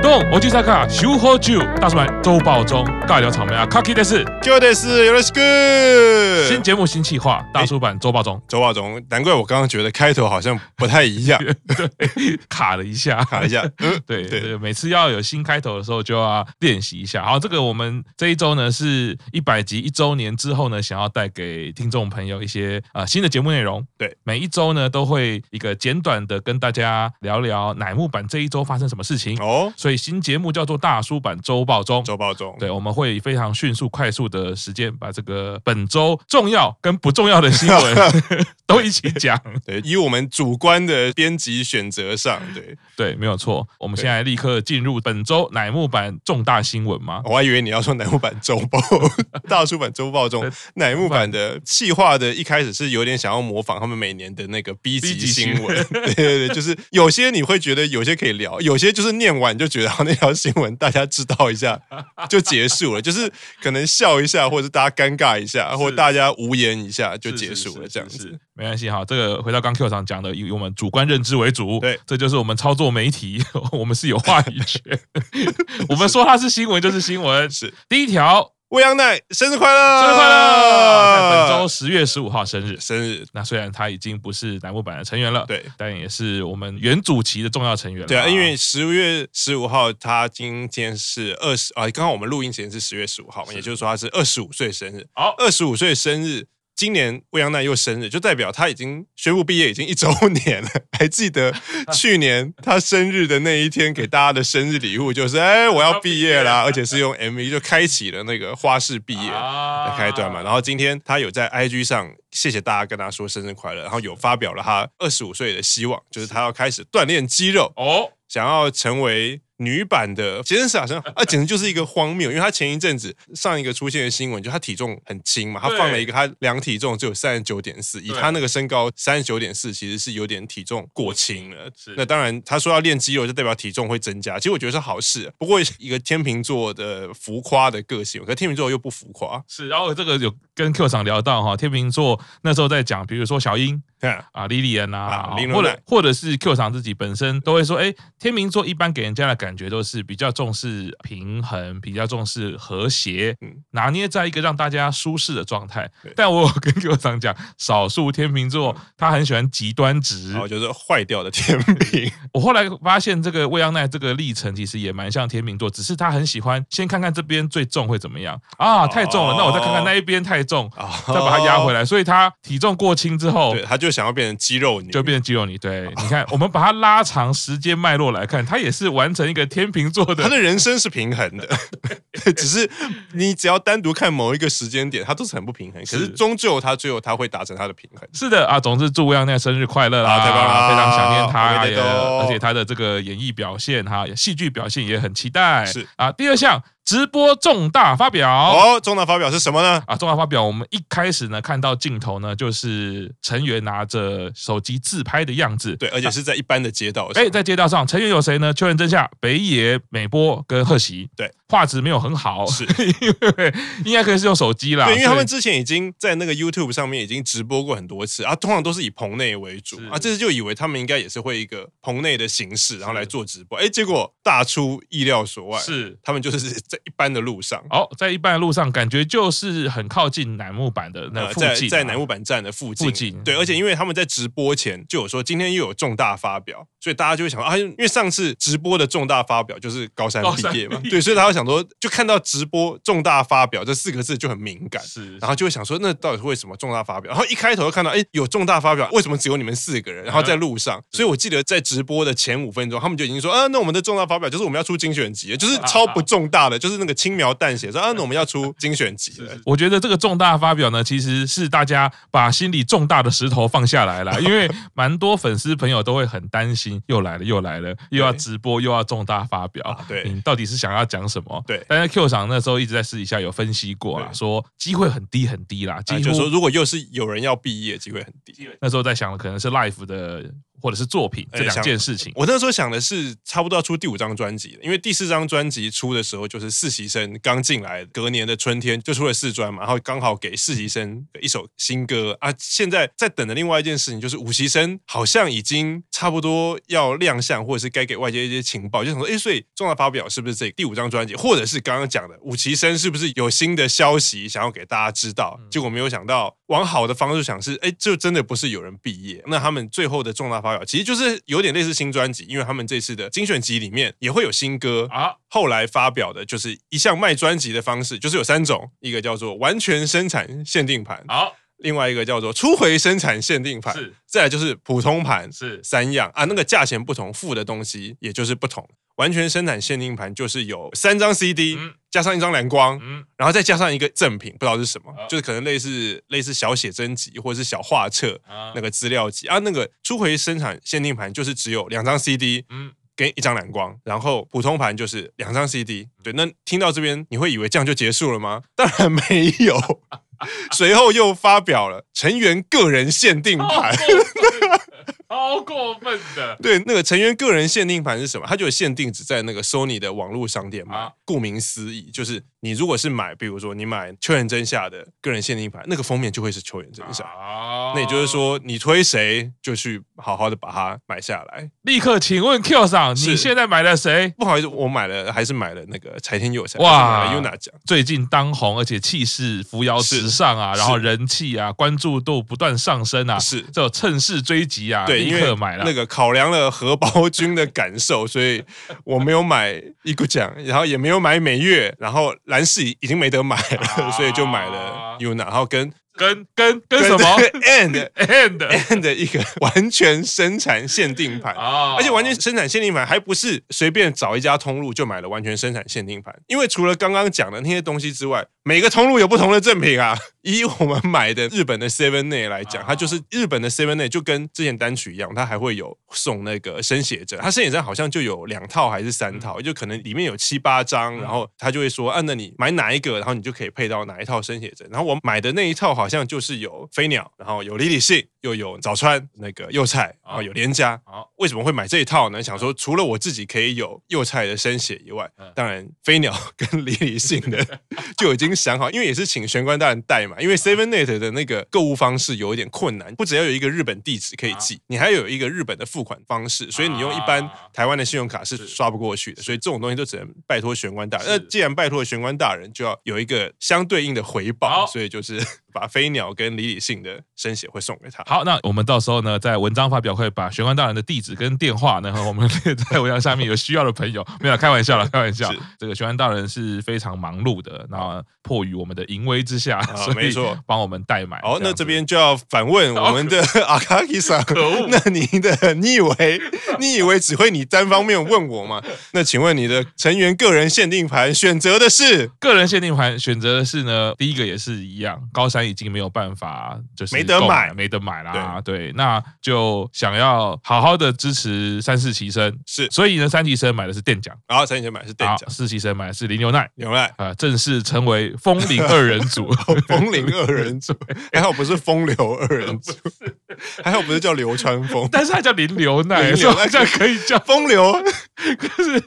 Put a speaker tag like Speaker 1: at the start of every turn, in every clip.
Speaker 1: 动，我就在看啊修喝酒，大叔们周报中尬聊草莓啊，Kaki 的是
Speaker 2: 就得是有的是
Speaker 1: 新
Speaker 2: good。
Speaker 1: 节目新企划，大叔版周报中
Speaker 2: 周保总，难怪我刚刚觉得开头好像不太一 样，
Speaker 1: 卡了一下，
Speaker 2: 卡一下。嗯，
Speaker 1: 对
Speaker 2: 对
Speaker 1: 对，每次要有新开头的时候就要练习一下。好，这个我们这一周呢是一百集一周年之后呢，想要带给听众朋友一些呃新的节目内容。
Speaker 2: 对，
Speaker 1: 每一周呢都会一个简短的跟大家聊聊乃木坂这一周发生什么事情。
Speaker 2: 哦，
Speaker 1: 所以新节目叫做《大叔版周报中》。
Speaker 2: 周保总，
Speaker 1: 对，我们会以非常迅速、快速的时间，把这个本周重要跟不重要的新 闻都一起讲。
Speaker 2: 对，以我们主观的编辑选择上，对
Speaker 1: 对，没有错。我们
Speaker 2: 对
Speaker 1: 现在立刻进入本周乃木坂重大新闻吗？
Speaker 2: 我还以为你要说乃木坂周报， 大叔版周报中，乃木坂的企划的一开始是有点想要模仿他们每年的那个
Speaker 1: B
Speaker 2: B 级
Speaker 1: 级
Speaker 2: 新
Speaker 1: 新
Speaker 2: 闻，对对对，就是有些你会觉得有些可以聊，有些就是念完就觉得啊那条新闻大家知道一下就结束了，就是可能笑一下，或者是大家尴尬一下，或者大家无言一下就是结
Speaker 1: 是
Speaker 2: 束了，
Speaker 1: 是
Speaker 2: 这样
Speaker 1: 是
Speaker 2: 子
Speaker 1: 是。没关系哈。这个回到刚 Q 上讲的，以我们主观认知为主，
Speaker 2: 对，
Speaker 1: 这就是我们操作媒体， 我们是有话语 权。我们说它是新闻就是新闻。
Speaker 2: 是啊
Speaker 1: 第一条，
Speaker 2: 未央奈生日快乐，
Speaker 1: 生日快乐！在本周十月十五号生日。
Speaker 2: 生日，
Speaker 1: 那虽然他已经不是乃木坂的成员了，
Speaker 2: 对，
Speaker 1: 但也是我们原主题的重要成员了。
Speaker 2: 对啊，因为十月十五号，他今天是二十啊，刚刚我们录音时间是十月十五号嘛，
Speaker 1: 是
Speaker 2: 也就是说他是二十五岁生日。
Speaker 1: 好
Speaker 2: 二十五岁生日，今年未央奈又生日，就代表他已经宣布毕业已经一周年了。 还记得去年他生日的那一天给大家的生日礼物就是， 哎，我要毕业啦，而且是用 MV 就开启了那个花式毕业。
Speaker 1: 啊
Speaker 2: 的开端嘛。然后今天他有在 IG 上谢谢大家跟他说生日快乐，然后有发表了他二十五岁的希望，就是他要开始锻炼肌肉，
Speaker 1: 哦，
Speaker 2: 想要成为女版的杰森斯坦森啊，简直就是一个荒谬，因为他前一阵子上一个出现的新闻，就他体重很轻嘛，他
Speaker 1: 对
Speaker 2: 放了一个他量体重只有三十九点四，以
Speaker 1: 对
Speaker 2: 他那个身高三十九点四，其实是有点体重过轻了。
Speaker 1: 是
Speaker 2: 那当然，他说要练肌肉，就代表体重会增加，其实我觉得是好事。不过一个天秤座的浮夸的个性，可是天秤座又不浮夸，
Speaker 1: 是。然后这个有跟 Q 厂聊到哈，天秤座那时候在讲，比如说小樱
Speaker 2: 看
Speaker 1: 啊、莉莉安啊
Speaker 2: 啊，林
Speaker 1: 或
Speaker 2: 若
Speaker 1: 者
Speaker 2: 奈
Speaker 1: 或者是 Q 厂自己本身都会说，哎，天秤座一般给人家的感觉都是比较重视平衡，比较重视和谐
Speaker 2: 嗯，
Speaker 1: 拿捏在一个让大家舒适的状态
Speaker 2: 对。嗯
Speaker 1: 但我有跟 Q 厂讲，少数天秤座他很喜欢极端值
Speaker 2: 然，后就是坏掉的天 平，
Speaker 1: 我后来发现，这个未央奈这个历程其实也蛮像天秤座，只是他很喜欢先看看这边最重会怎么样啊，
Speaker 2: 哦
Speaker 1: 太重了，那我再看看那一边太重，
Speaker 2: 再
Speaker 1: 再把它压回
Speaker 2: 来。
Speaker 1: 来，所以他体重过轻之后
Speaker 2: 哦对，。哦他就想要变成肌肉女，
Speaker 1: 就变成肌肉女，对，你看，我们把它拉长时间脉络来看，它也是完成一个天秤座
Speaker 2: 他
Speaker 1: 的，
Speaker 2: 的人生是平衡 的，对只是你只要单独看某一个时间点，他都是很不平衡。可是
Speaker 1: 是
Speaker 2: 终究他最后他会达成他的平衡。
Speaker 1: 是的啊。总之，祝未央奈生日快乐啦，
Speaker 2: 啊太棒了
Speaker 1: 非常想念
Speaker 2: 我
Speaker 1: 她，
Speaker 2: 们
Speaker 1: 也
Speaker 2: 也都
Speaker 1: 而且她的这个演艺表现哈，戏剧表现也很期待。
Speaker 2: 是
Speaker 1: 啊，第二项直播重大发表
Speaker 2: 哦，重大发表是什么呢？
Speaker 1: 啊，中华发表，我们一开始呢看到镜头呢，就是成员拿着手机自拍的样子。
Speaker 2: 对，而且是在一般的街道上。
Speaker 1: 哎，在街道上，成员有谁呢？确认真下，北野、美波跟贺喜。
Speaker 2: 对，
Speaker 1: 画质没有很好，
Speaker 2: 是
Speaker 1: 因为 应该可以是用手机啦。
Speaker 2: 对，因为他们
Speaker 1: 所
Speaker 2: 之前已经在那个 YouTube 上面已经直播过很多次啊，通常都是以棚内为主
Speaker 1: 是
Speaker 2: 啊，这次就以为他们应该也是会一个棚内的形式，然后来做直播。哎，结果大出意料所外，
Speaker 1: 以是。
Speaker 2: 他们就是在一般的路上。
Speaker 1: 哦，在一般的路上，感觉就是很靠近楠木板的那
Speaker 2: 呃，
Speaker 1: 附
Speaker 2: 在
Speaker 1: 近啊、
Speaker 2: 在南木板站的附近，
Speaker 1: 附近嗯
Speaker 2: 对，而且因为他们在直播前就有说今天又有重大发表，所以大家就会想啊，因为上次直播的重大发表就是高三
Speaker 1: 高
Speaker 2: 毕
Speaker 1: 三
Speaker 2: 业嘛
Speaker 1: 毕，业
Speaker 2: 对，所以大家想说，就看到直播重大发表这四个字就很敏感。
Speaker 1: 是，
Speaker 2: 然后就会想说，那到底是为什么重大发表？然后一开头就看到，哎，有重大发表，为什么只有你们四个人？然后
Speaker 1: 嗯
Speaker 2: 在路上，所以我记得在直播的前五分钟，他们就已经说，啊，那我们的重大发表就是我们要出精选集了，
Speaker 1: 啊
Speaker 2: 就是超不重大的，就是那个轻描淡写说，啊，那我们要出精选集了。
Speaker 1: 我觉得这个重大发表呢，其实是大家把心里重大的石头放下来 了，因为蛮多粉丝朋友都会很担心，又来了又来了，又要直播又要重大发表
Speaker 2: 啊，对
Speaker 1: 你到底是想要讲什么？
Speaker 2: 对
Speaker 1: 但是 Q 厂那时候一直在私底下有分析过啦，
Speaker 2: 对
Speaker 1: 说机会很低很低啦，几
Speaker 2: 啊
Speaker 1: 乎
Speaker 2: 就是说，如果又是有人要毕业，机会很低。
Speaker 1: 那时候在想，可能是 Life 的或者是作品
Speaker 2: 哎
Speaker 1: 这两件事情。
Speaker 2: 我那时候想的是，差不多要出第五张专辑了，因为第四张专辑出的时候就是实习生刚进来，隔年的春天就出了四专嘛，然后刚好给实习生的一首新歌啊。现在在等的另外一件事情就是，实习生好像已经差不多要亮相，或者是该给外界一些情报，就想说，哎，所以重大发表是不是这第五张专辑，或者是刚刚讲的武其生是不是有新的消息想要给大家知
Speaker 1: 嗯
Speaker 2: 道？结果没有想到，往好的方式想是，哎，就真的不是有人毕业，那他们最后的重大发表其实就是有点类似新专辑，因为他们这次的精选集里面也会有新歌
Speaker 1: 啊，
Speaker 2: 后来发表的就是一项卖专辑的方式，就是有三种，一个叫做完全生产限定盘，
Speaker 1: 好
Speaker 2: 另外一个叫做初回生产限定盘，
Speaker 1: 是
Speaker 2: 再来就是普通盘，
Speaker 1: 是
Speaker 2: 三样啊，那个价钱不同，付的东西也就是不同。完全生产限定盘就是有三张 CD，、
Speaker 1: 嗯
Speaker 2: 加上一张蓝光，
Speaker 1: 嗯
Speaker 2: 然后再加上一个赠品，不知道是什么，
Speaker 1: 啊
Speaker 2: 就是可能类似类似小写真集或者是小画册
Speaker 1: 啊
Speaker 2: 那个资料集啊。那个初回生产限定盘就是只有两张 CD，
Speaker 1: 嗯
Speaker 2: 跟一张蓝光，然后普通盘就是两张 CD。对，那听到这边你会以为这样就结束了吗？当然没有， 随后又发表了成员个人限定
Speaker 1: 好
Speaker 2: 盘。
Speaker 1: 过分，好过分 的
Speaker 2: 对，那个成员个人限定盘是什么？它就有限定只在那个 Sony 的网络商店买。
Speaker 1: 啊
Speaker 2: 顾名思义，就是你如果是买，比如说你买秋元真夏的个人限定盘，那个封面就会是秋元真夏。
Speaker 1: 啊
Speaker 2: 那也就是，说，你推谁就去好好的把它买下来。
Speaker 1: 立刻请问 Q 上，
Speaker 2: 是
Speaker 1: 你现在买了谁？
Speaker 2: 不好意思，我买了，还是买了那个柴田佑才，
Speaker 1: 哇
Speaker 2: 哇，Yuna 奖。
Speaker 1: 最近当红，而且气势扶摇直上啊，
Speaker 2: 是
Speaker 1: 然后人气啊，关注度不断上升啊，
Speaker 2: 是
Speaker 1: 这种趁势追击啊，
Speaker 2: 对，
Speaker 1: 立
Speaker 2: 因为
Speaker 1: 刻买了
Speaker 2: 那。个考量了荷包君的感受，所以我没有买一股奖，然后也没有买美月，然后蓝氏已经没得买了，
Speaker 1: 啊
Speaker 2: 所以就买了 Yuna，然后跟
Speaker 1: 跟跟跟什么
Speaker 2: and
Speaker 1: and
Speaker 2: and 一个完全生产限定盘。
Speaker 1: 啊
Speaker 2: 而且完全生产限定盘还不是随便找一家通路就买了完全生产限定盘，因为除了刚刚讲的那些东西之外，每个通路有不同的赠品啊。以我们买的日本的 Seven 内来讲，
Speaker 1: 啊
Speaker 2: 它就是日本的 Seven 内就跟之前单曲一样，它还会有送那个生写真，它生写真好像就有两套还是三套，就可能里面有七八张，然后他就会说，啊，那你买哪一个，然后你就可以配到哪一套生写真。然后我买的那一套好像就是有飞鸟，然后有李李信，又有早川那个幼菜，然后有连家，
Speaker 1: 好
Speaker 2: 为什么会买这一套
Speaker 1: 嗯
Speaker 2: 呢？想说除了我自己可以有幼菜的生写以外
Speaker 1: 嗯，
Speaker 2: 当然飞鸟跟李李信 的就已经想好，因为也是请玄关大人带嘛。
Speaker 1: 嗯
Speaker 2: 因为 Seven Net 的那个购物方式有一点困难，不只要有一个日本地址可以寄，你还有一个日本的付款方式，所以你用一般
Speaker 1: 啊
Speaker 2: 台湾的信用卡是
Speaker 1: 是
Speaker 2: 刷不过去的。所以这种东西就只能拜托玄关大人。
Speaker 1: 是
Speaker 2: 那既然拜托玄关大人，就要有一个相对应的回
Speaker 1: 好
Speaker 2: 报，所以就是把飞鸟跟李李信的生写会送给他。
Speaker 1: 好，那我们到时候呢，在文章发表会把玄关大人的地址跟电话呢，和我们列 在文章下面，有需要的朋友，没有啦开玩笑了，开玩笑
Speaker 2: 是。
Speaker 1: 这个玄关大人是非常忙碌的，那迫于我们的淫威之下，所以
Speaker 2: 啊没错
Speaker 1: 帮我们代买。
Speaker 2: 好，
Speaker 1: 样
Speaker 2: 那
Speaker 1: 子哦
Speaker 2: 这边就要反问我们的 阿卡基桑，
Speaker 1: 可恶
Speaker 2: 那你的你以为你以为只会你单方面问 我吗？那请问你的成员个人限定盘选择的是
Speaker 1: 个人限定盘选择的是呢，第一个也是一样，高山已经没有办法，就是
Speaker 2: 没得
Speaker 1: 购
Speaker 2: 买
Speaker 1: 没得买啦。对，那就想要好好的支持三四齐生，
Speaker 2: 是，
Speaker 1: 所以呢，三齐生买的是电奖，
Speaker 2: 然后三千买是店
Speaker 1: 好
Speaker 2: 长，
Speaker 1: 四齐生买的是林牛奶。
Speaker 2: 有没有？
Speaker 1: 啊、正式成为风铃二人 组。
Speaker 2: 风铃二 人组，还好不是风流二人组，还好不是叫流川 枫，
Speaker 1: 但是它叫林流奈，
Speaker 2: 林
Speaker 1: 所
Speaker 2: 流
Speaker 1: 以
Speaker 2: 奈
Speaker 1: 好像可以叫，
Speaker 2: 风流
Speaker 1: 就是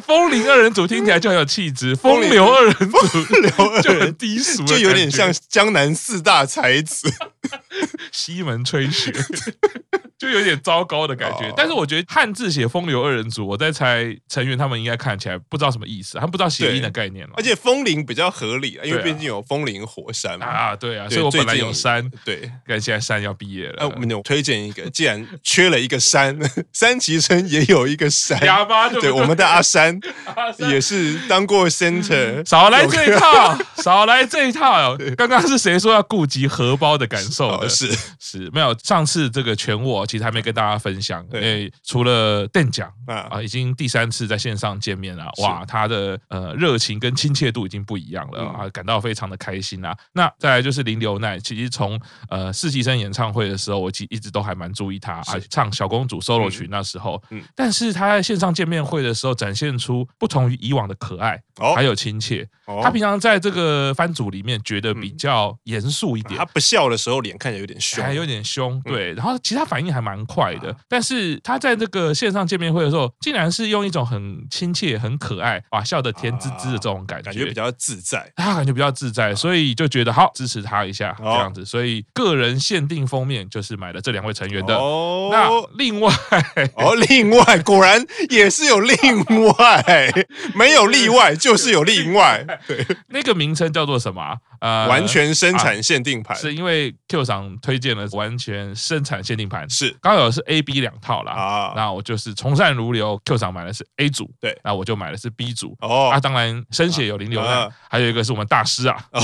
Speaker 1: 风铃二人组听起来就很有气质，风
Speaker 2: 铃
Speaker 1: 流二人组
Speaker 2: 风流二
Speaker 1: 就很
Speaker 2: 人。
Speaker 1: 低俗的
Speaker 2: 就
Speaker 1: 感觉，
Speaker 2: 有点像江南四大才子，
Speaker 1: 西门吹 雪，就有点糟糕的感觉
Speaker 2: 哦。
Speaker 1: 但是我觉得汉字写风流二人组，我在猜成员他们应该看起来不知道什么意思，他们不知道谐音的概念了。
Speaker 2: 而且风铃比较合理，因
Speaker 1: 对
Speaker 2: 为
Speaker 1: 啊
Speaker 2: 毕竟有风铃火山嘛。
Speaker 1: 啊，对啊，
Speaker 2: 对
Speaker 1: 所以我本来
Speaker 2: 最近
Speaker 1: 有山，
Speaker 2: 对，
Speaker 1: 但现在山要毕业
Speaker 2: 那我
Speaker 1: 了。
Speaker 2: 呃们有推荐一个，既然缺了一个山， 三旗村也有一个山，
Speaker 1: 哑巴对不啊
Speaker 2: 对，我们的阿 山
Speaker 1: 对
Speaker 2: 也是当过 center，
Speaker 1: 少来这一套，少来这一 套。刚刚是谁说要顾及荷包的感受
Speaker 2: 哦
Speaker 1: 的？
Speaker 2: 是
Speaker 1: 是没有上次这个全我其实还没跟大家分享，因
Speaker 2: 对
Speaker 1: 为除了邓奖
Speaker 2: 啊，
Speaker 1: 啊，已经第三次在线上见面了，哇，他的呃热情跟亲切度已经不一样了
Speaker 2: 嗯
Speaker 1: 啊，感到非常的开心啊。那再来就是林流奈，其实从呃实习生演唱会的时候，我其实一直都还蛮注意他啊
Speaker 2: 是，
Speaker 1: 唱小公主 solo 曲那时候
Speaker 2: 嗯，
Speaker 1: 但是他在线上见面会的时候，展现出不同于以往的可爱，
Speaker 2: 哦
Speaker 1: 还有亲切。
Speaker 2: 哦嗯
Speaker 1: 他平常在这个番组里面觉得比较严肃一点
Speaker 2: 他。不笑的时候脸看起来有点凶
Speaker 1: 哎
Speaker 2: 嗯啊
Speaker 1: 还，有点凶，对，然后其实他反应还还蛮快的。但是他在这个线上见面会的时候，竟然是用一种很亲切、很可爱，哇，笑得甜滋滋的这种感觉，
Speaker 2: 啊感觉比较啊自在。
Speaker 1: 他感觉比较自在，所以就觉得好支持他一下这
Speaker 2: 哦
Speaker 1: 样子。所以个人限定封面就是买了这两位成员的。
Speaker 2: 哦
Speaker 1: 那另外
Speaker 2: 哦，另外果然也是有另外，没有例外就是有例外，
Speaker 1: 那个名称叫做什么啊？呃，
Speaker 2: 完全生产限定盘
Speaker 1: 是因为 Q 厂推荐了完全生产限定盘，
Speaker 2: 是
Speaker 1: 刚好是 A、B 两套啦。
Speaker 2: 啊，
Speaker 1: 那我就是从善如流，Q 厂买的是 A 组，
Speaker 2: 对
Speaker 1: 那我就买的是 B 组。啊，
Speaker 2: 哦
Speaker 1: 当然生血有零流量
Speaker 2: 啊，
Speaker 1: 还有一个是我们大师啊，
Speaker 2: 哦，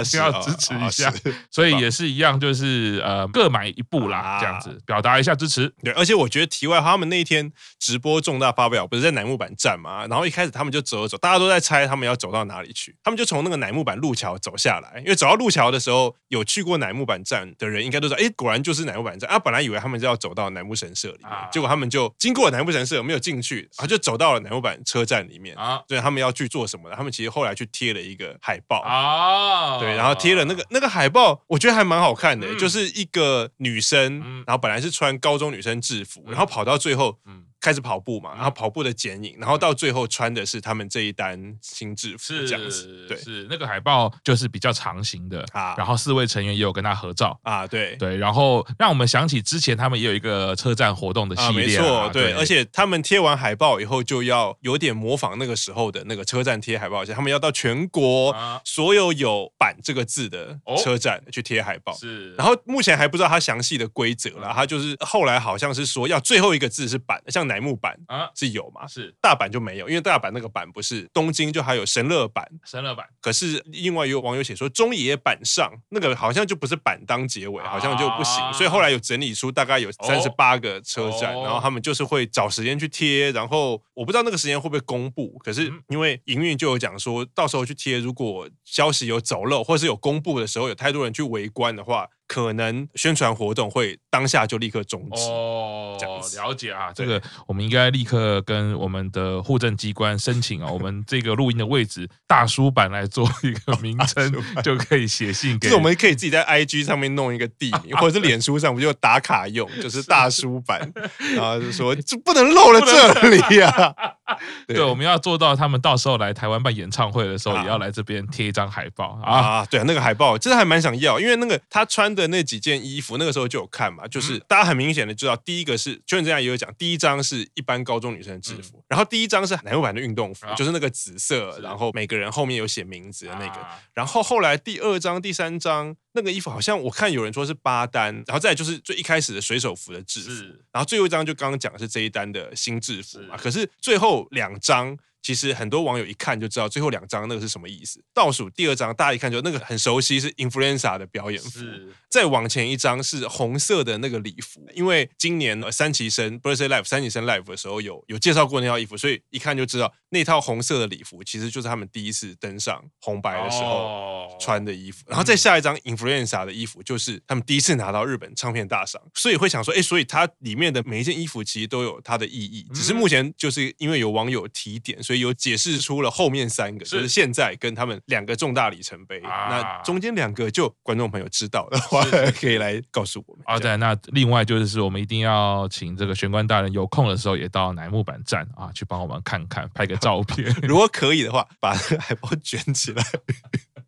Speaker 1: 一定
Speaker 2: 师
Speaker 1: 要支持一下
Speaker 2: 哦是
Speaker 1: 所以也是一样，就是呃各买一部啦，
Speaker 2: 啊
Speaker 1: 这样子表达一下支持。
Speaker 2: 对，而且我觉得题外话，他们那一天直播重大发表不是在乃木坂站嘛，然后一开始他们就走走，大家都在猜他们要走到哪里去，他们就从那个乃木坂路桥走下来，因为走到路桥的时候，有去过乃木坂站的人应该都知道，哎，果然就是乃木坂站啊，本来以为他们是要走到乃木神社里面，
Speaker 1: 啊
Speaker 2: 结果他们就经过乃木神社没有进去，然后就走到了乃木坂车站里面，
Speaker 1: 啊
Speaker 2: 所以他们要去做什么呢？他们其实后来去贴了一个海报，
Speaker 1: 啊
Speaker 2: 对，然后贴了那个那个海报，我觉得还蛮好看的、
Speaker 1: 嗯
Speaker 2: 就是一个女生
Speaker 1: 嗯，
Speaker 2: 然后本来是穿高中女生制服，
Speaker 1: 嗯
Speaker 2: 然后跑到最后
Speaker 1: 嗯
Speaker 2: 开始跑步嘛，然后跑步的剪影，然后到最后穿的是他们这一单新制服
Speaker 1: 是
Speaker 2: 这样子，对
Speaker 1: 是那个海报就是比较长型的，
Speaker 2: 啊
Speaker 1: 然后四位成员也有跟他合照。
Speaker 2: 啊，对。
Speaker 1: 对，然后让我们想起之前他们也有一个车站活动的
Speaker 2: 啊，
Speaker 1: 系
Speaker 2: 没
Speaker 1: 列、
Speaker 2: 错，对，而且他们贴完海报以后，就要有点模仿那个时候的那个车站贴海报，而且他们要到全国
Speaker 1: 啊
Speaker 2: 所有有“板”这个字的
Speaker 1: 哦
Speaker 2: 车站去贴海报。
Speaker 1: 是，
Speaker 2: 然
Speaker 1: 后
Speaker 2: 后目前还不知道它详细的规则啦，它就是后来好像是说要最后一个字是板，像乃木板
Speaker 1: 啊
Speaker 2: 是有嘛，
Speaker 1: 是
Speaker 2: 大阪就没有，因为大阪那个板不是东京就还有神乐版，
Speaker 1: 神乐版，
Speaker 2: 可是另外有网友写说中野版上那个好像就不是板当结尾，
Speaker 1: 啊
Speaker 2: 好像就不行，所以后来有整理出大概有三十八个车站，
Speaker 1: 哦
Speaker 2: 然后他们就是会找时间去贴，然后我不知道那个时间会不会公布，可是
Speaker 1: 嗯
Speaker 2: 因为营运就有讲说，到时候去贴，如果消息有走漏或是有公布的时候有太多人去围观的话，可能宣传活动会当下就立刻终止。
Speaker 1: 哦
Speaker 2: 这样，子
Speaker 1: 了解啊，这
Speaker 2: 对
Speaker 1: 个我们应该立刻跟我们的户政机关申请 啊，我们这个录音的位置大叔版来做一个名称，就可以写信给
Speaker 2: 就是我们可以自己在 IG 上面弄一个地名，或者是脸书上不就打卡用，就是大叔版，然后就说这不能漏了这里啊。
Speaker 1: 对，我们要做到他们到时候来台湾办演唱会的时候，
Speaker 2: 啊
Speaker 1: 也要来这边贴一张海报啊。
Speaker 2: 啊，对啊，那个海报真的还蛮想要，因为那个他穿的那几件衣服，那个时候就有看嘛，
Speaker 1: 嗯
Speaker 2: 就是、大家很明显的知道，第一个是就这样也有讲，第一张是一般高中女生的制服，然后第一张是乃木坂的运动服，
Speaker 1: 嗯啊
Speaker 2: 就是那个紫色
Speaker 1: 是，
Speaker 2: 然后每个人后面有写名字的那个，
Speaker 1: 啊
Speaker 2: 然后后来第二章、第三章那个衣服好像我看有人说是八单，然后再来就是最一开始的水手服的制服
Speaker 1: 是，
Speaker 2: 然后最后一章就刚刚讲的是这一单的新制服嘛。
Speaker 1: 是
Speaker 2: 可是最后两章，其实很多网友一看就知道最后两章那个是什么意思。倒数第二章大家一看就那个很熟悉，是 Influenza 的表演服。
Speaker 1: 是
Speaker 2: 再往前一张是红色的那个礼服，因为今年呃三崎生 birthday life 三崎生 life 的时候有有介绍过那套衣服，所以一看就知道那套红色的礼服其实就是他们第一次登上红白的时候
Speaker 1: 哦
Speaker 2: 穿的衣服。然后再下一张 influenza 的衣服就是他们第一次拿到日本唱片大赏，所以会想说，哎，所以它里面的每一件衣服其实都有它的意义，只是
Speaker 1: 嗯
Speaker 2: 目前就是因为有网友提点，所以有解释出了后面三个，
Speaker 1: 是
Speaker 2: 就是现在跟他们两个重大里程碑。
Speaker 1: 啊
Speaker 2: 那中间两个就观众朋友知道的话
Speaker 1: 是是，
Speaker 2: 可以来告诉我们。
Speaker 1: 啊，
Speaker 2: 这样
Speaker 1: 对，那另外就是我们一定要请这个玄关大人有空的时候也到乃木坂站啊，去帮我们看看，拍个照 片。
Speaker 2: 如果可以的话，把那个海报卷 起来，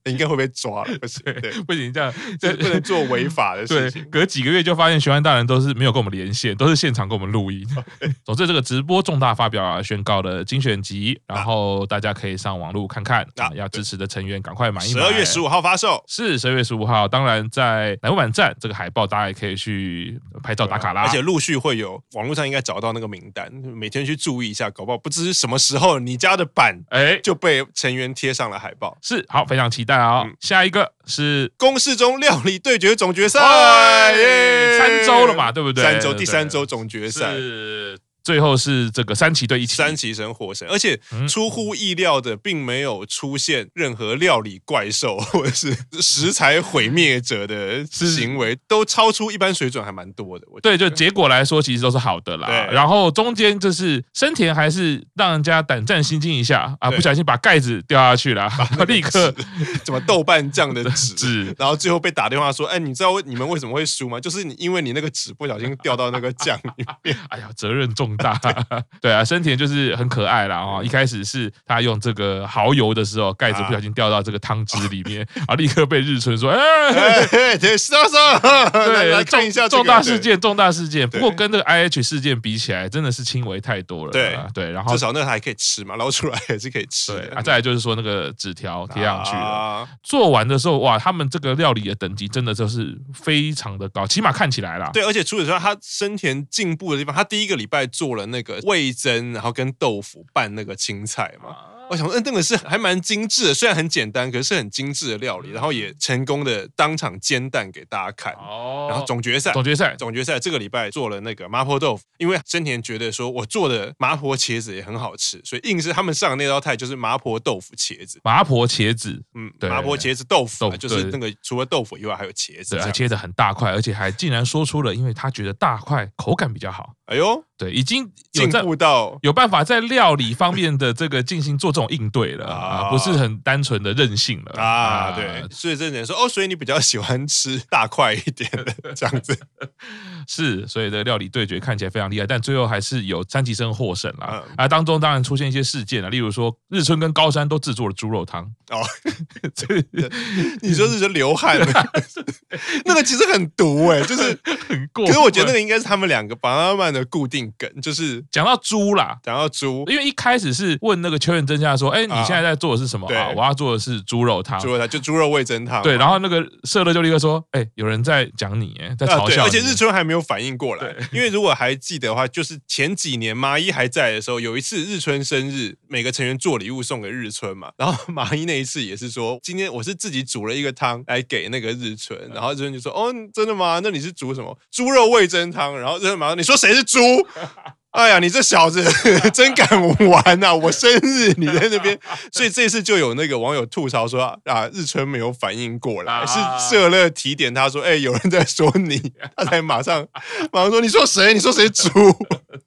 Speaker 2: 应该会被抓了。不行，对，
Speaker 1: 不行，这样
Speaker 2: 这不能做违法的
Speaker 1: 对
Speaker 2: 事，情。
Speaker 1: 隔几个月就发现玄幻大人都是没有跟我们连线，都是现场跟我们录音。
Speaker 2: 哦
Speaker 1: 总之，这个直播重大发表啊，宣告了精选集，然后大家可以上网路看看。
Speaker 2: 啊
Speaker 1: 啊，要支持的成员赶快买一
Speaker 2: 十
Speaker 1: 买。
Speaker 2: 二月十
Speaker 1: 五。
Speaker 2: 五号发售，
Speaker 1: 是十二月十五号，当然在南湾站这个海报，大家也可以去拍哦照打卡啦。
Speaker 2: 而且陆续会有网络上应该找到那个名单，每天去注意一下，搞不好不知什么时候你家的版
Speaker 1: 哎，
Speaker 2: 就被成员贴上了海报。
Speaker 1: 是好，非常期待啊、哦
Speaker 2: 嗯
Speaker 1: 下一个是
Speaker 2: 公式中料理对决总决赛
Speaker 1: 哎，
Speaker 2: 耶
Speaker 1: 三周了嘛对不对
Speaker 2: 三周，
Speaker 1: 对
Speaker 2: 第三周总决赛。
Speaker 1: 是最后是这个三旗队一起
Speaker 2: 三旗神火神，而且
Speaker 1: 嗯
Speaker 2: 出乎意料的，并没有出现任何料理怪兽或者是食材毁灭者的
Speaker 1: 是
Speaker 2: 行为，都超出一般水准，还蛮多的。我觉
Speaker 1: 对，
Speaker 2: 得
Speaker 1: 就结果来说，其实都是好的啦。
Speaker 2: 对
Speaker 1: 然后中间就是生田还是让人家胆战心惊一下啊，
Speaker 2: 对
Speaker 1: 不小心把盖子掉下去了，然后 立刻
Speaker 2: 怎么豆瓣酱的 纸。
Speaker 1: 纸
Speaker 2: 然后最后被打电话说：“哎，你知道为你们为什么会输吗？就是你因为你那个纸不小心掉到那个酱里面。
Speaker 1: 哎呀，责任重大。 对啊，生田就是很可爱啦哦。一开始是他用这个蚝油的时候，盖子不小心掉到这个汤汁里面，啊，立刻被日村 说，哎。
Speaker 2: 哎”对，石头上， 来来
Speaker 1: 对，
Speaker 2: 看一下这
Speaker 1: 重
Speaker 2: 个
Speaker 1: 重大事，
Speaker 2: 对
Speaker 1: 件，重大事件。不
Speaker 2: 对
Speaker 1: 过跟这个 I H 事件比起来，真的是轻微太多了啦。对，然后
Speaker 2: 至少那个还可以吃嘛，捞出来还是可以吃
Speaker 1: 对
Speaker 2: 的。
Speaker 1: 啊，再来就是说那个纸条贴上去了。
Speaker 2: 啊
Speaker 1: 做完的时候，哇，他们这个料理的等级真的就是非常的高，起码看起来啦。
Speaker 2: 对，而且除此之外，他生田进步的地方，他第一个礼拜做了那个味增，然后跟豆腐拌那个青菜嘛。我想说，嗯，那个是还蛮精致的，虽然很简单，可是是很精致的料理，然后也成功的当场煎蛋给大家看。
Speaker 1: 哦
Speaker 2: 然后总决赛，
Speaker 1: 总决赛
Speaker 2: 总决赛这个礼拜做了那个麻婆豆腐，因为生田觉得说我做的麻婆茄子也很好吃，所以硬是他们上的那道菜就是麻婆豆腐茄子。
Speaker 1: 麻婆茄子，
Speaker 2: 嗯，
Speaker 1: 对
Speaker 2: 麻婆茄子豆腐、
Speaker 1: 豆
Speaker 2: 啊，
Speaker 1: 腐
Speaker 2: 就是
Speaker 1: 对
Speaker 2: 那个除了豆腐以外还有茄子
Speaker 1: 对，
Speaker 2: 这
Speaker 1: 还
Speaker 2: 样。
Speaker 1: 切的很大块，而且还竟然说出了，因为他觉得大块口感比较好。
Speaker 2: 哎呦，
Speaker 1: 对，已经有
Speaker 2: 进
Speaker 1: 在
Speaker 2: 步到
Speaker 1: 有办法在料理方面的这个进行做这种应对了啊，
Speaker 2: 啊
Speaker 1: 不是很单纯的任性了
Speaker 2: 啊，对，所以这人说哦，所以你比较喜欢吃大块一点 的这样子
Speaker 1: 是，所以这个料理对决看起来非常厉害，但最后还是有三级生获胜啦。
Speaker 2: 嗯
Speaker 1: 啊，当中当然出现一些事件啊了，例如说日村跟高山都制作了猪肉汤，
Speaker 2: 哦。
Speaker 1: 这
Speaker 2: 你说是人 流汗， 那个其实很毒哎、就是，
Speaker 1: 很过分。
Speaker 2: 可是我觉得那个应该是他们两个慢慢的固定梗，就是
Speaker 1: 讲到猪啦。
Speaker 2: 讲到猪
Speaker 1: 因为一开始是问那个秋元真夏说：“哎，你
Speaker 2: 啊
Speaker 1: 现在在做的是什么
Speaker 2: 对
Speaker 1: 啊？我要做的是猪肉汤。
Speaker 2: 猪肉汤，就猪肉味增汤嘛，”
Speaker 1: 对，然后那个社乐就立刻说：“哎，有人在讲你，哎，在
Speaker 2: 啊，
Speaker 1: 嘲
Speaker 2: 对，
Speaker 1: 笑
Speaker 2: 而
Speaker 1: 你。”
Speaker 2: 且日春还没有反应过来，因为如果还记得的话，就是前几年麻衣还在的时候，有一次日春生日，每个成员做礼物送给日春嘛， 然后麻衣那一次也是说，今天我是自己煮了一个汤来给那个日春，然后日春就说，哦，真的吗？那你是煮什么？猪肉味增汤。然后日春马上你说谁是猪？哎呀，你这小子 真敢玩呐、我生日你在那边，所以这次就有那个网友吐槽说啊，日春没有反应过来，
Speaker 1: 啊
Speaker 2: 是社乐提点他说，哎、有人在说你，他才马上马上说，你说谁？你说谁猪？，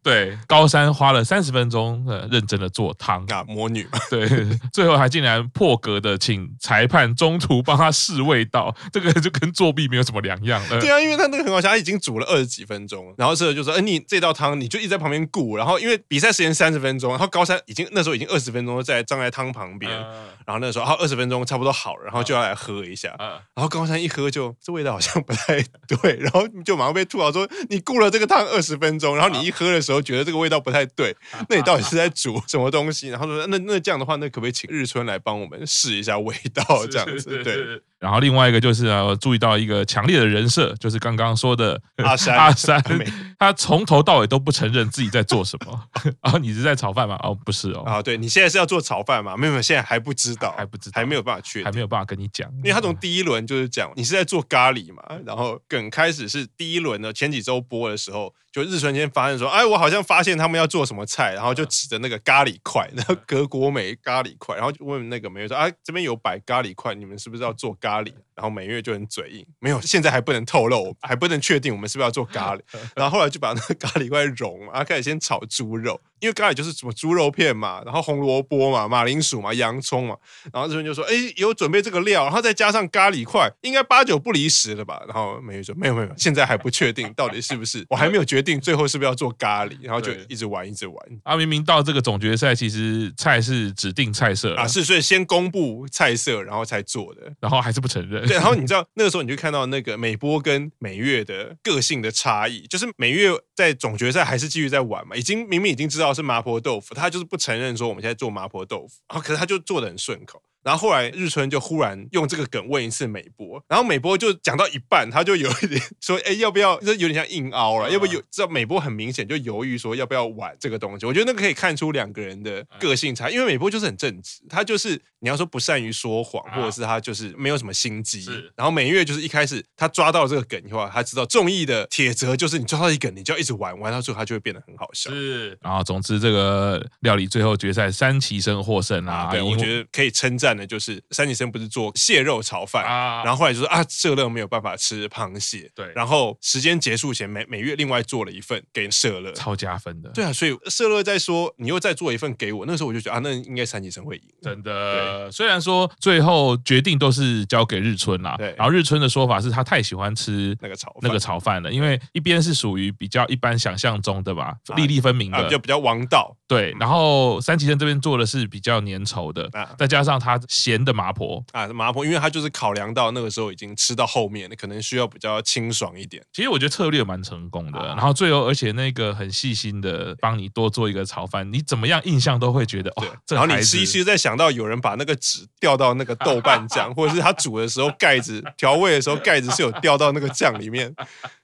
Speaker 1: 对高山花了三十分钟，呃，认真的做汤
Speaker 2: 啊，魔女嘛，
Speaker 1: 对，最后还竟然破格的请裁判中途帮他试味道，这个就跟作弊没有什么两样了。
Speaker 2: 对啊，因为他那个很好笑，他已经煮了二十几分钟，然后社乐就说，哎、你这道汤你就一直在旁边顾，然后因为比赛时间三十分钟，然后高山已经那时候已经二十分钟在站在汤旁边，
Speaker 1: 呃
Speaker 2: 然后那时候好二十分钟差不多好了，然后就要来喝一下，
Speaker 1: 呃
Speaker 2: 然后高山一喝就这味道好像不太对，然后就马上被吐槽说你顾了这个汤二十分钟，然后
Speaker 1: 啊
Speaker 2: 你一喝的时候觉得这个味道不太对，那你到底是在煮什么东西？然后说那那这样的话，那可不可以请日春来帮我们试一下味道哦 这样子？对，。
Speaker 1: 然后另外一个就是啊，我注意到一个强烈的人设，就是刚刚说的
Speaker 2: 阿山
Speaker 1: 阿山
Speaker 2: 阿美，
Speaker 1: 他从头到尾都不承认自己在做什么。 啊，你是在炒饭吗？哦，不是哦，
Speaker 2: 啊，对你现在是要做炒饭吗？没有，没有现在还不知道，
Speaker 1: 还不知道
Speaker 2: 还没有办法确定
Speaker 1: 还。没有办法跟你讲，
Speaker 2: 因为他从第一轮就是讲你是在做咖喱嘛，然后梗开始是第一轮的前几周播的时候，就日春先发现说，哎，我好像发现他们要做什么菜，然后就指着那个咖喱块，然后隔国美咖喱块，然后就问那个美月说，啊，这边有摆咖喱块，你们是不是要做咖喱？然后美月就很嘴硬，没有，现在还不能透露，还不能确定我们是不是要做咖喱。然后后来就把那个咖喱块融嘛，然后啊开始先炒猪肉，因为咖喱就是什么猪肉片嘛，然后红萝卜嘛、马铃薯嘛、洋葱嘛，然后这边就说，哎，有准备这个料，然后再加上咖喱块，应该八九不离十了吧？然后美女说，没有没有，现在还不确定到底是不是，我还没有决定最后是不是要做咖喱，然后就
Speaker 1: 对
Speaker 2: 一直玩一直玩
Speaker 1: 啊，明明到这个总决赛，其实菜是指定菜色了
Speaker 2: 啊，是所以先公布菜色，然后才做的。
Speaker 1: 然后还是不承认。
Speaker 2: 对，然后你知道那个时候你就看到那个美波跟美月的个性的差异，就是美月在总决赛还是继续在玩嘛，已经明明已经知道是麻婆豆腐，他就是不承认说我们现在做麻婆豆腐，然后可是他就做的很顺口。然后后来日春就忽然用这个梗问一次美波，然后美波就讲到一半，他就有一点 说，哎，要不要？这有点像硬凹了，
Speaker 1: 嗯
Speaker 2: 要不有？这美波很明显就犹豫说要不要玩这个东西。我觉得那个可以看出两个人
Speaker 1: 嗯
Speaker 2: 的个性差，因为美波就是很正直，他就是你要说不善于说谎，
Speaker 1: 啊
Speaker 2: 或者是他就是没有什么心机
Speaker 1: 是。
Speaker 2: 然后美月就是一开始他抓到这个梗以后，他知道综艺的铁则就是你抓到一个梗，你就要一直玩，玩到最后他就会变得很好笑。
Speaker 1: 是，然后总之这个料理最后决赛三旗生获胜啊，
Speaker 2: 对，我
Speaker 1: 因为
Speaker 2: 觉得可以称赞的就是山崎生不是做蟹肉炒饭，
Speaker 1: 啊，
Speaker 2: 然后后来就说啊，社乐没有办法吃螃蟹，
Speaker 1: 对
Speaker 2: 然后时间结束前每每月另外做了一份给社乐。
Speaker 1: 超加分的，
Speaker 2: 对啊，所以社乐在说你又再做一份给我，那时候我就觉得啊，那应该三级生会赢。
Speaker 1: 真的，虽然说最后决定都是交给日春啦，
Speaker 2: 对
Speaker 1: 然后日春的说法是他太喜欢吃
Speaker 2: 那个炒饭
Speaker 1: 那个炒饭了，因为一边是属于比较一般想象中的吧，粒粒分明
Speaker 2: 啊，
Speaker 1: 的
Speaker 2: 就，比嗯较王道
Speaker 1: 对，然后三崎生这边做的是比较粘稠的
Speaker 2: 啊，
Speaker 1: 再加上他咸的麻婆，
Speaker 2: 啊，麻婆，因为他就是考量到那个时候已经吃到后面，可能需要比较清爽一点。
Speaker 1: 其实我觉得策略蛮成功的，
Speaker 2: 啊
Speaker 1: 然后最后而且那个很细心的帮你多做一个炒饭，你怎么样印象都会觉得哇
Speaker 2: 对，，
Speaker 1: 这
Speaker 2: 然后
Speaker 1: 孩
Speaker 2: 你
Speaker 1: 子
Speaker 2: 吃一吃，再想到有人把那个纸掉到那个豆瓣酱，或者是他煮的时候盖子调味的时候盖子是有掉到那个酱里面，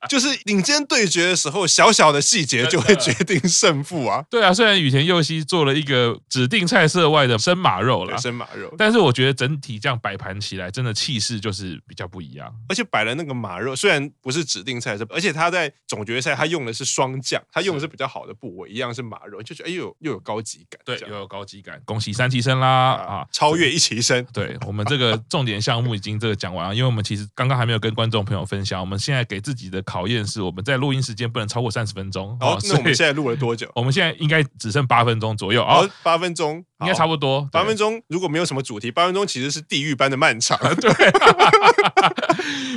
Speaker 2: 就是顶尖对决的时候，小小的细节就会决定胜负啊。
Speaker 1: 对啊，虽然羽田佑希做了一个指定菜色外的生马肉啦
Speaker 2: 对，生马肉，
Speaker 1: 但是我觉得整体这样摆盘起来，真的气势就是比较不一样。
Speaker 2: 而且摆了那个马肉，虽然不是指定菜色，而且他在总决赛他用的是双酱，他用的是比较好的部位，一样是马肉，就觉得哎呦又有高级感，
Speaker 1: 对，
Speaker 2: 这
Speaker 1: 又
Speaker 2: 样
Speaker 1: 有高级感，恭喜三七生啦啊
Speaker 2: 啊！，超越一起生，
Speaker 1: 对我们这个重点项目已经这个讲完了，因为我们其实刚刚还没有跟观众朋友分享，我们现在给自己的考验是我们在录音时间不能超过三十分钟。
Speaker 2: 好
Speaker 1: 哦，
Speaker 2: 那我
Speaker 1: 所以
Speaker 2: 们现在录了多久？
Speaker 1: 我们现在应该只剩八分钟左右
Speaker 2: 好
Speaker 1: 哦，，
Speaker 2: 八分钟，
Speaker 1: 应该差
Speaker 2: 不
Speaker 1: 不
Speaker 2: 多。
Speaker 1: 多
Speaker 2: 八分
Speaker 1: 钟。
Speaker 2: 钟如果没有什么主题，八分钟其实是地狱般的漫长。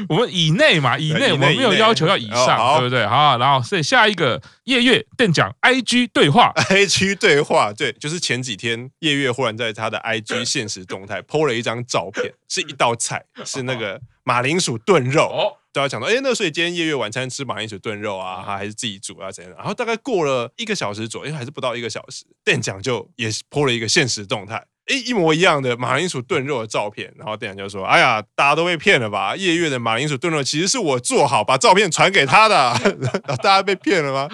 Speaker 1: 我们以内嘛，以
Speaker 2: 以内
Speaker 1: 内我们没有
Speaker 2: 以内
Speaker 1: 要求要以
Speaker 2: 哦
Speaker 1: 上，
Speaker 2: 好
Speaker 1: 对不对？好，然后所以下一个夜月邓奖 IG 对话，
Speaker 2: I G 对话，对，就是前几天夜月忽然在他的 I G 现实动态 PO 了一张照片，是一道菜，是那个马铃薯炖肉。
Speaker 1: 哦，
Speaker 2: 大家讲到，哎，那所以今天夜月晚餐吃马铃薯炖肉啊，还是自己煮啊怎样？然后大概过了一个小时左右，哎还是不到一个小时，店长就也 PO 了一个现实动态。哎，一模一样的马铃薯炖肉的照片，然后店长就说：“哎呀，大家都被骗了吧？夜月的马铃薯炖肉其实是我做好，把照片传给他的啊， 大家被骗了吗？”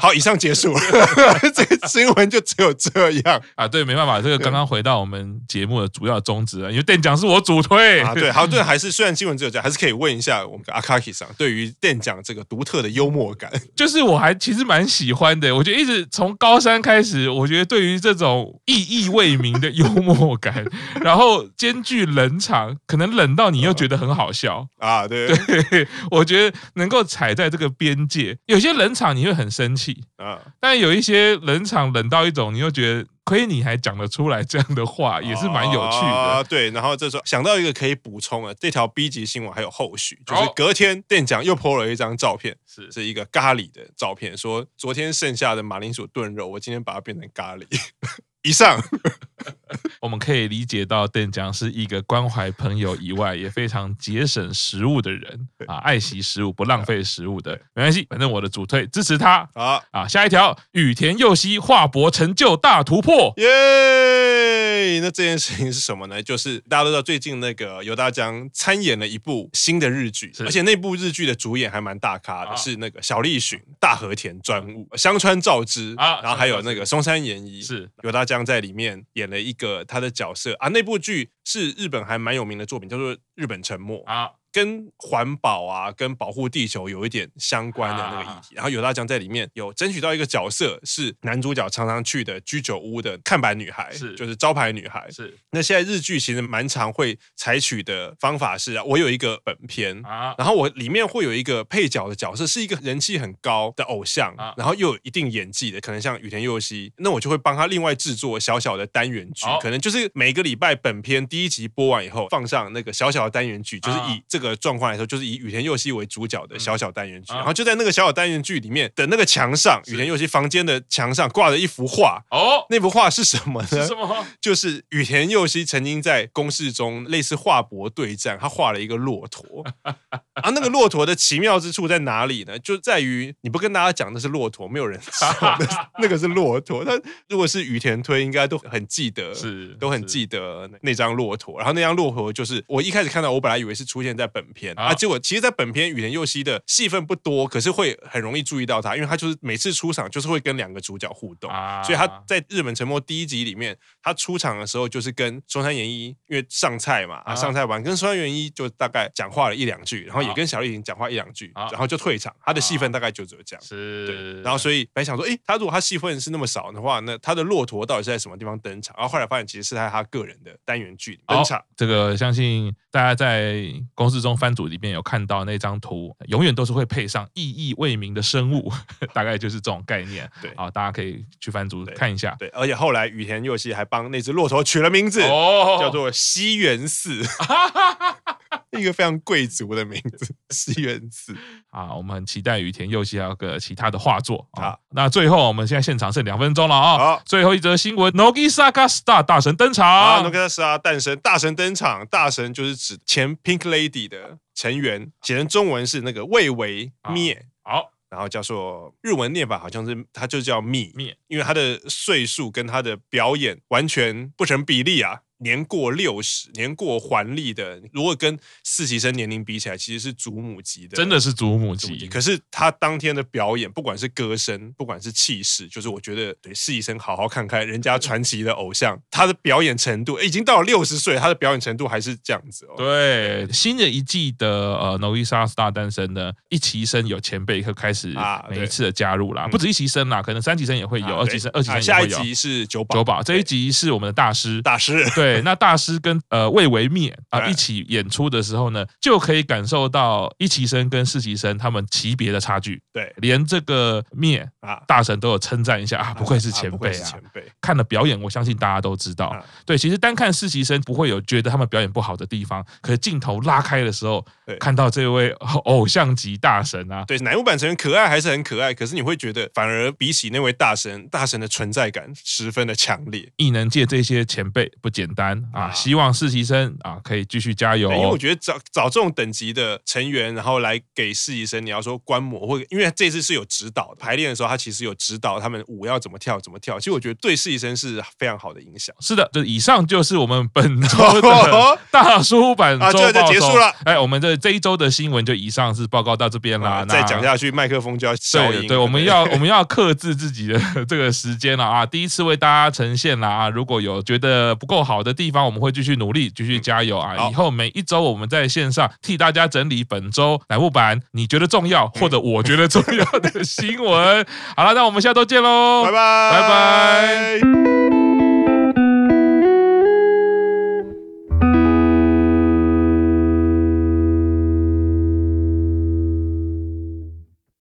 Speaker 2: 好，以上结束了， 这个新闻就只有这样
Speaker 1: 啊，对，没办法，这个刚刚回到我们节目的主要宗旨啊，因为店长是我主推
Speaker 2: 啊。对，好，对，还是虽然新闻只有这样，还是可以问一下我们的阿卡奇上对于店长这个独特的幽默感。
Speaker 1: 就是我还其实蛮喜欢的，我觉得一直从高三开始，我觉得对于这种意义未明的幽默感， 然后兼具冷场，可能冷到你又觉得很好笑，
Speaker 2: 啊，对
Speaker 1: 我觉得能够踩在这个边界，有些冷场你会很生气，
Speaker 2: 啊，
Speaker 1: 但有一些冷场冷到一种，你又觉得亏你还讲得出来这样的话，也是蛮有趣的。
Speaker 2: 啊。对，然后这时候想到一个可以补充的，这条 B 级新闻还有后续，就是
Speaker 1: 好
Speaker 2: 隔天店长又 po 了一张照片，
Speaker 1: 是
Speaker 2: 是一个咖喱的照片，说昨天剩下的马铃薯炖肉，我今天把它变成咖喱。 以上
Speaker 1: 我们可以理解到邓江是一个关怀朋友以外，也非常节省食物的人啊，爱惜食物，不浪费食物的。没关系，反正我的主推支持他
Speaker 2: 好，
Speaker 1: 啊。下一条，羽田佑希华博成就大突破，
Speaker 2: 耶、那这件事情是什么呢？就是大家都知道，最近那个尤大江参演了一部新的日剧，
Speaker 1: 是
Speaker 2: 而且那部日剧的主演还蛮大咖的，
Speaker 1: 啊
Speaker 2: 是那个小栗旬、大和田专务、香川照之
Speaker 1: 啊
Speaker 2: 然后还有那个松山研一。
Speaker 1: 是
Speaker 2: 尤大江在里面演了一个他的角色啊，那部剧是日本还蛮有名的作品，叫做《日本沉没》
Speaker 1: 啊，
Speaker 2: 跟环保啊、跟保护地球有一点相关的那个议
Speaker 1: 啊
Speaker 2: 题。然后有大江在里面有争取到一个角色，是男主角常常去的居酒屋的看板女孩，
Speaker 1: 是
Speaker 2: 就是招牌女孩。
Speaker 1: 是
Speaker 2: 那现在日剧其实蛮常会采取的方法是啊，我有一个本片。
Speaker 1: 啊，
Speaker 2: 然后我里面会有一个配角的角色，是一个人气很高的偶像，
Speaker 1: 啊
Speaker 2: 然后又有一定演技的，可能像羽田佑希，那我就会帮他另外制作小小的单元剧，
Speaker 1: 好
Speaker 2: 可能就是每个礼拜本片第一集播完以后，放上那个小小的单元剧，就是
Speaker 1: 啊
Speaker 2: 以这个状况来说，就是以羽田佑希为主角的小小单元剧，
Speaker 1: 啊
Speaker 2: 然后就在那个小小单元剧里面的那个墙上，
Speaker 1: 是
Speaker 2: 羽田佑希房间的墙上挂着一幅画，
Speaker 1: 哦，
Speaker 2: 那幅画是什么
Speaker 1: 是
Speaker 2: 呢
Speaker 1: 什？ 么？
Speaker 2: 就是羽田佑希曾经在公式中类似画博对战，他画了一个骆 驼啊。那个骆驼的奇妙之处在哪里呢？就在于你不跟大家讲那是骆驼，没有人知道那那个是骆驼。但如果是羽田推，应该都很记 得，
Speaker 1: 是
Speaker 2: 都很
Speaker 1: 是
Speaker 2: 记得那张骆驼。然后那张骆驼就是我一开始看到，我本来以为是出现在本片
Speaker 1: 啊
Speaker 2: 啊，结果其实，在本片羽田佑希的戏份不多，可是会很容易注意到他，因为他就是每次出场就是会跟两个主角互动。
Speaker 1: 啊
Speaker 2: 所以他在日本沉没第一集里面，他出场的时候就是跟中山研一，因为上菜嘛，
Speaker 1: 啊
Speaker 2: 啊上菜完跟中山研一就大概讲话了一两句，然后也
Speaker 1: 啊
Speaker 2: 跟小丽婷讲话一两句，
Speaker 1: 啊
Speaker 2: 然后就退场，他的戏份
Speaker 1: 啊
Speaker 2: 大概就只有这样。对，
Speaker 1: 是，
Speaker 2: 然后所
Speaker 1: 以
Speaker 2: 以本来想说，诶，他如果他戏份是那么少的话，那他的骆驼到底是在什么地方登场？然后后来发现其实是在他个人的单
Speaker 1: 哦
Speaker 2: 元剧里登场。
Speaker 1: 这个相信大家在公司中番组里面有看到那张图，永远都是会配上意义未明的生物， 大概就是这种概念。
Speaker 2: 对
Speaker 1: 好，大家可以去番组
Speaker 2: 对
Speaker 1: 看一下。
Speaker 2: 对，而且后来羽田佑希还帮那只骆驼取了名字，
Speaker 1: 哦
Speaker 2: 叫做西园 寺，一个非常贵族的名字，西园寺。
Speaker 1: 啊，我们很期待羽田佑希还有个其他的画作啊
Speaker 2: 好。
Speaker 1: 那最后我们现在现场剩两分钟了啊、
Speaker 2: 好
Speaker 1: 最后一则新闻，Nogi Saga Star 大神登
Speaker 2: 啊，
Speaker 1: 场
Speaker 2: 诺。克萨斯啊，诞生大神登场，大神就是指前 Pink Lady 的成员，写成中文是那个魏为灭，
Speaker 1: 好，
Speaker 2: 然后叫做日文念法好像是他就叫密
Speaker 1: 灭，
Speaker 2: 因为他的岁数跟他的表演完全不成比例啊。年过六十，年过还历的，如果跟实习生年龄比起来，其实是祖母级的，
Speaker 1: 真的是祖母
Speaker 2: 主题
Speaker 1: 级。
Speaker 2: 可是他当天的表演，不管是歌声，不管是气势，就是我觉得对试一生好好看看人家传奇的偶像， 他的表演程度诶已经到了六十岁，他的表演程度还是这样子哦。
Speaker 1: 对，新的一季的呃 Noisa Star 诞生呢，一期生有前辈课开始
Speaker 2: 啊
Speaker 1: 每一
Speaker 2: 对
Speaker 1: 次的加入啦，
Speaker 2: 嗯
Speaker 1: 不止一期生啦，可能三期生也会有，
Speaker 2: 啊
Speaker 1: 二
Speaker 2: 对
Speaker 1: 期生二期
Speaker 2: 啊
Speaker 1: 生
Speaker 2: 下
Speaker 1: 也
Speaker 2: 一
Speaker 1: 会有。
Speaker 2: 集是九宝
Speaker 1: 九宝这一
Speaker 2: 对
Speaker 1: 集是我们的大师，
Speaker 2: 大师，
Speaker 1: 对，那大师跟呃魏为灭啊
Speaker 2: 对
Speaker 1: 一起演出的时候呢，就可以感受到一期生跟四期生他们级别的差距，
Speaker 2: 对
Speaker 1: 连这个灭
Speaker 2: 啊，
Speaker 1: 大神都有称赞一下 啊，不愧是前
Speaker 2: 不
Speaker 1: 辈
Speaker 2: 愧是
Speaker 1: 啊。
Speaker 2: 前辈，
Speaker 1: 看了表演，我相信大家都知道，
Speaker 2: 啊
Speaker 1: 对，其实单看实习生不会有觉得他们表演不好的地方，可是镜头拉开的时候
Speaker 2: 对，
Speaker 1: 看到这位偶像级大神啊，
Speaker 2: 对乃木坂成员可爱还是很可爱，可是你会觉得反而比起那位大神，大神的存在感十分的强烈。
Speaker 1: 艺能界这些前辈不简单啊，
Speaker 2: 啊
Speaker 1: 希望实习生啊可以继续加油、
Speaker 2: 对，因为我
Speaker 1: 哦。
Speaker 2: 觉得找找这种等级的成员，然后来给试习生，你要说观摩，或者因为这次是有指导的，排练的时候他其实有指导他们舞要怎么跳，怎么跳。其实我觉得对试习生是非常好的影响。
Speaker 1: 是的，就以上就是我们本周 的大叔版
Speaker 2: 哦啊
Speaker 1: 周
Speaker 2: 这就
Speaker 1: 报
Speaker 2: 结束
Speaker 1: 手
Speaker 2: 了
Speaker 1: 哎，我们的这一周的新闻就以上是报告到这边啦
Speaker 2: 啊，。再
Speaker 1: 那
Speaker 2: 讲下去，麦克风就要消
Speaker 1: 对
Speaker 2: 音。
Speaker 1: 对，我们要我们要克制自己的 这个时间了啊！第一次为大家呈现了啊！如果有觉得不够好的地方，我们会继续努力，继续加油啊！
Speaker 2: 嗯好
Speaker 1: 以后每一周我们在线上替大家整理本周乃木坂你觉得重要
Speaker 2: 嗯
Speaker 1: 或者我觉得重要的新闻。好了，那我们下周见喽，
Speaker 2: 拜拜，
Speaker 1: 拜拜。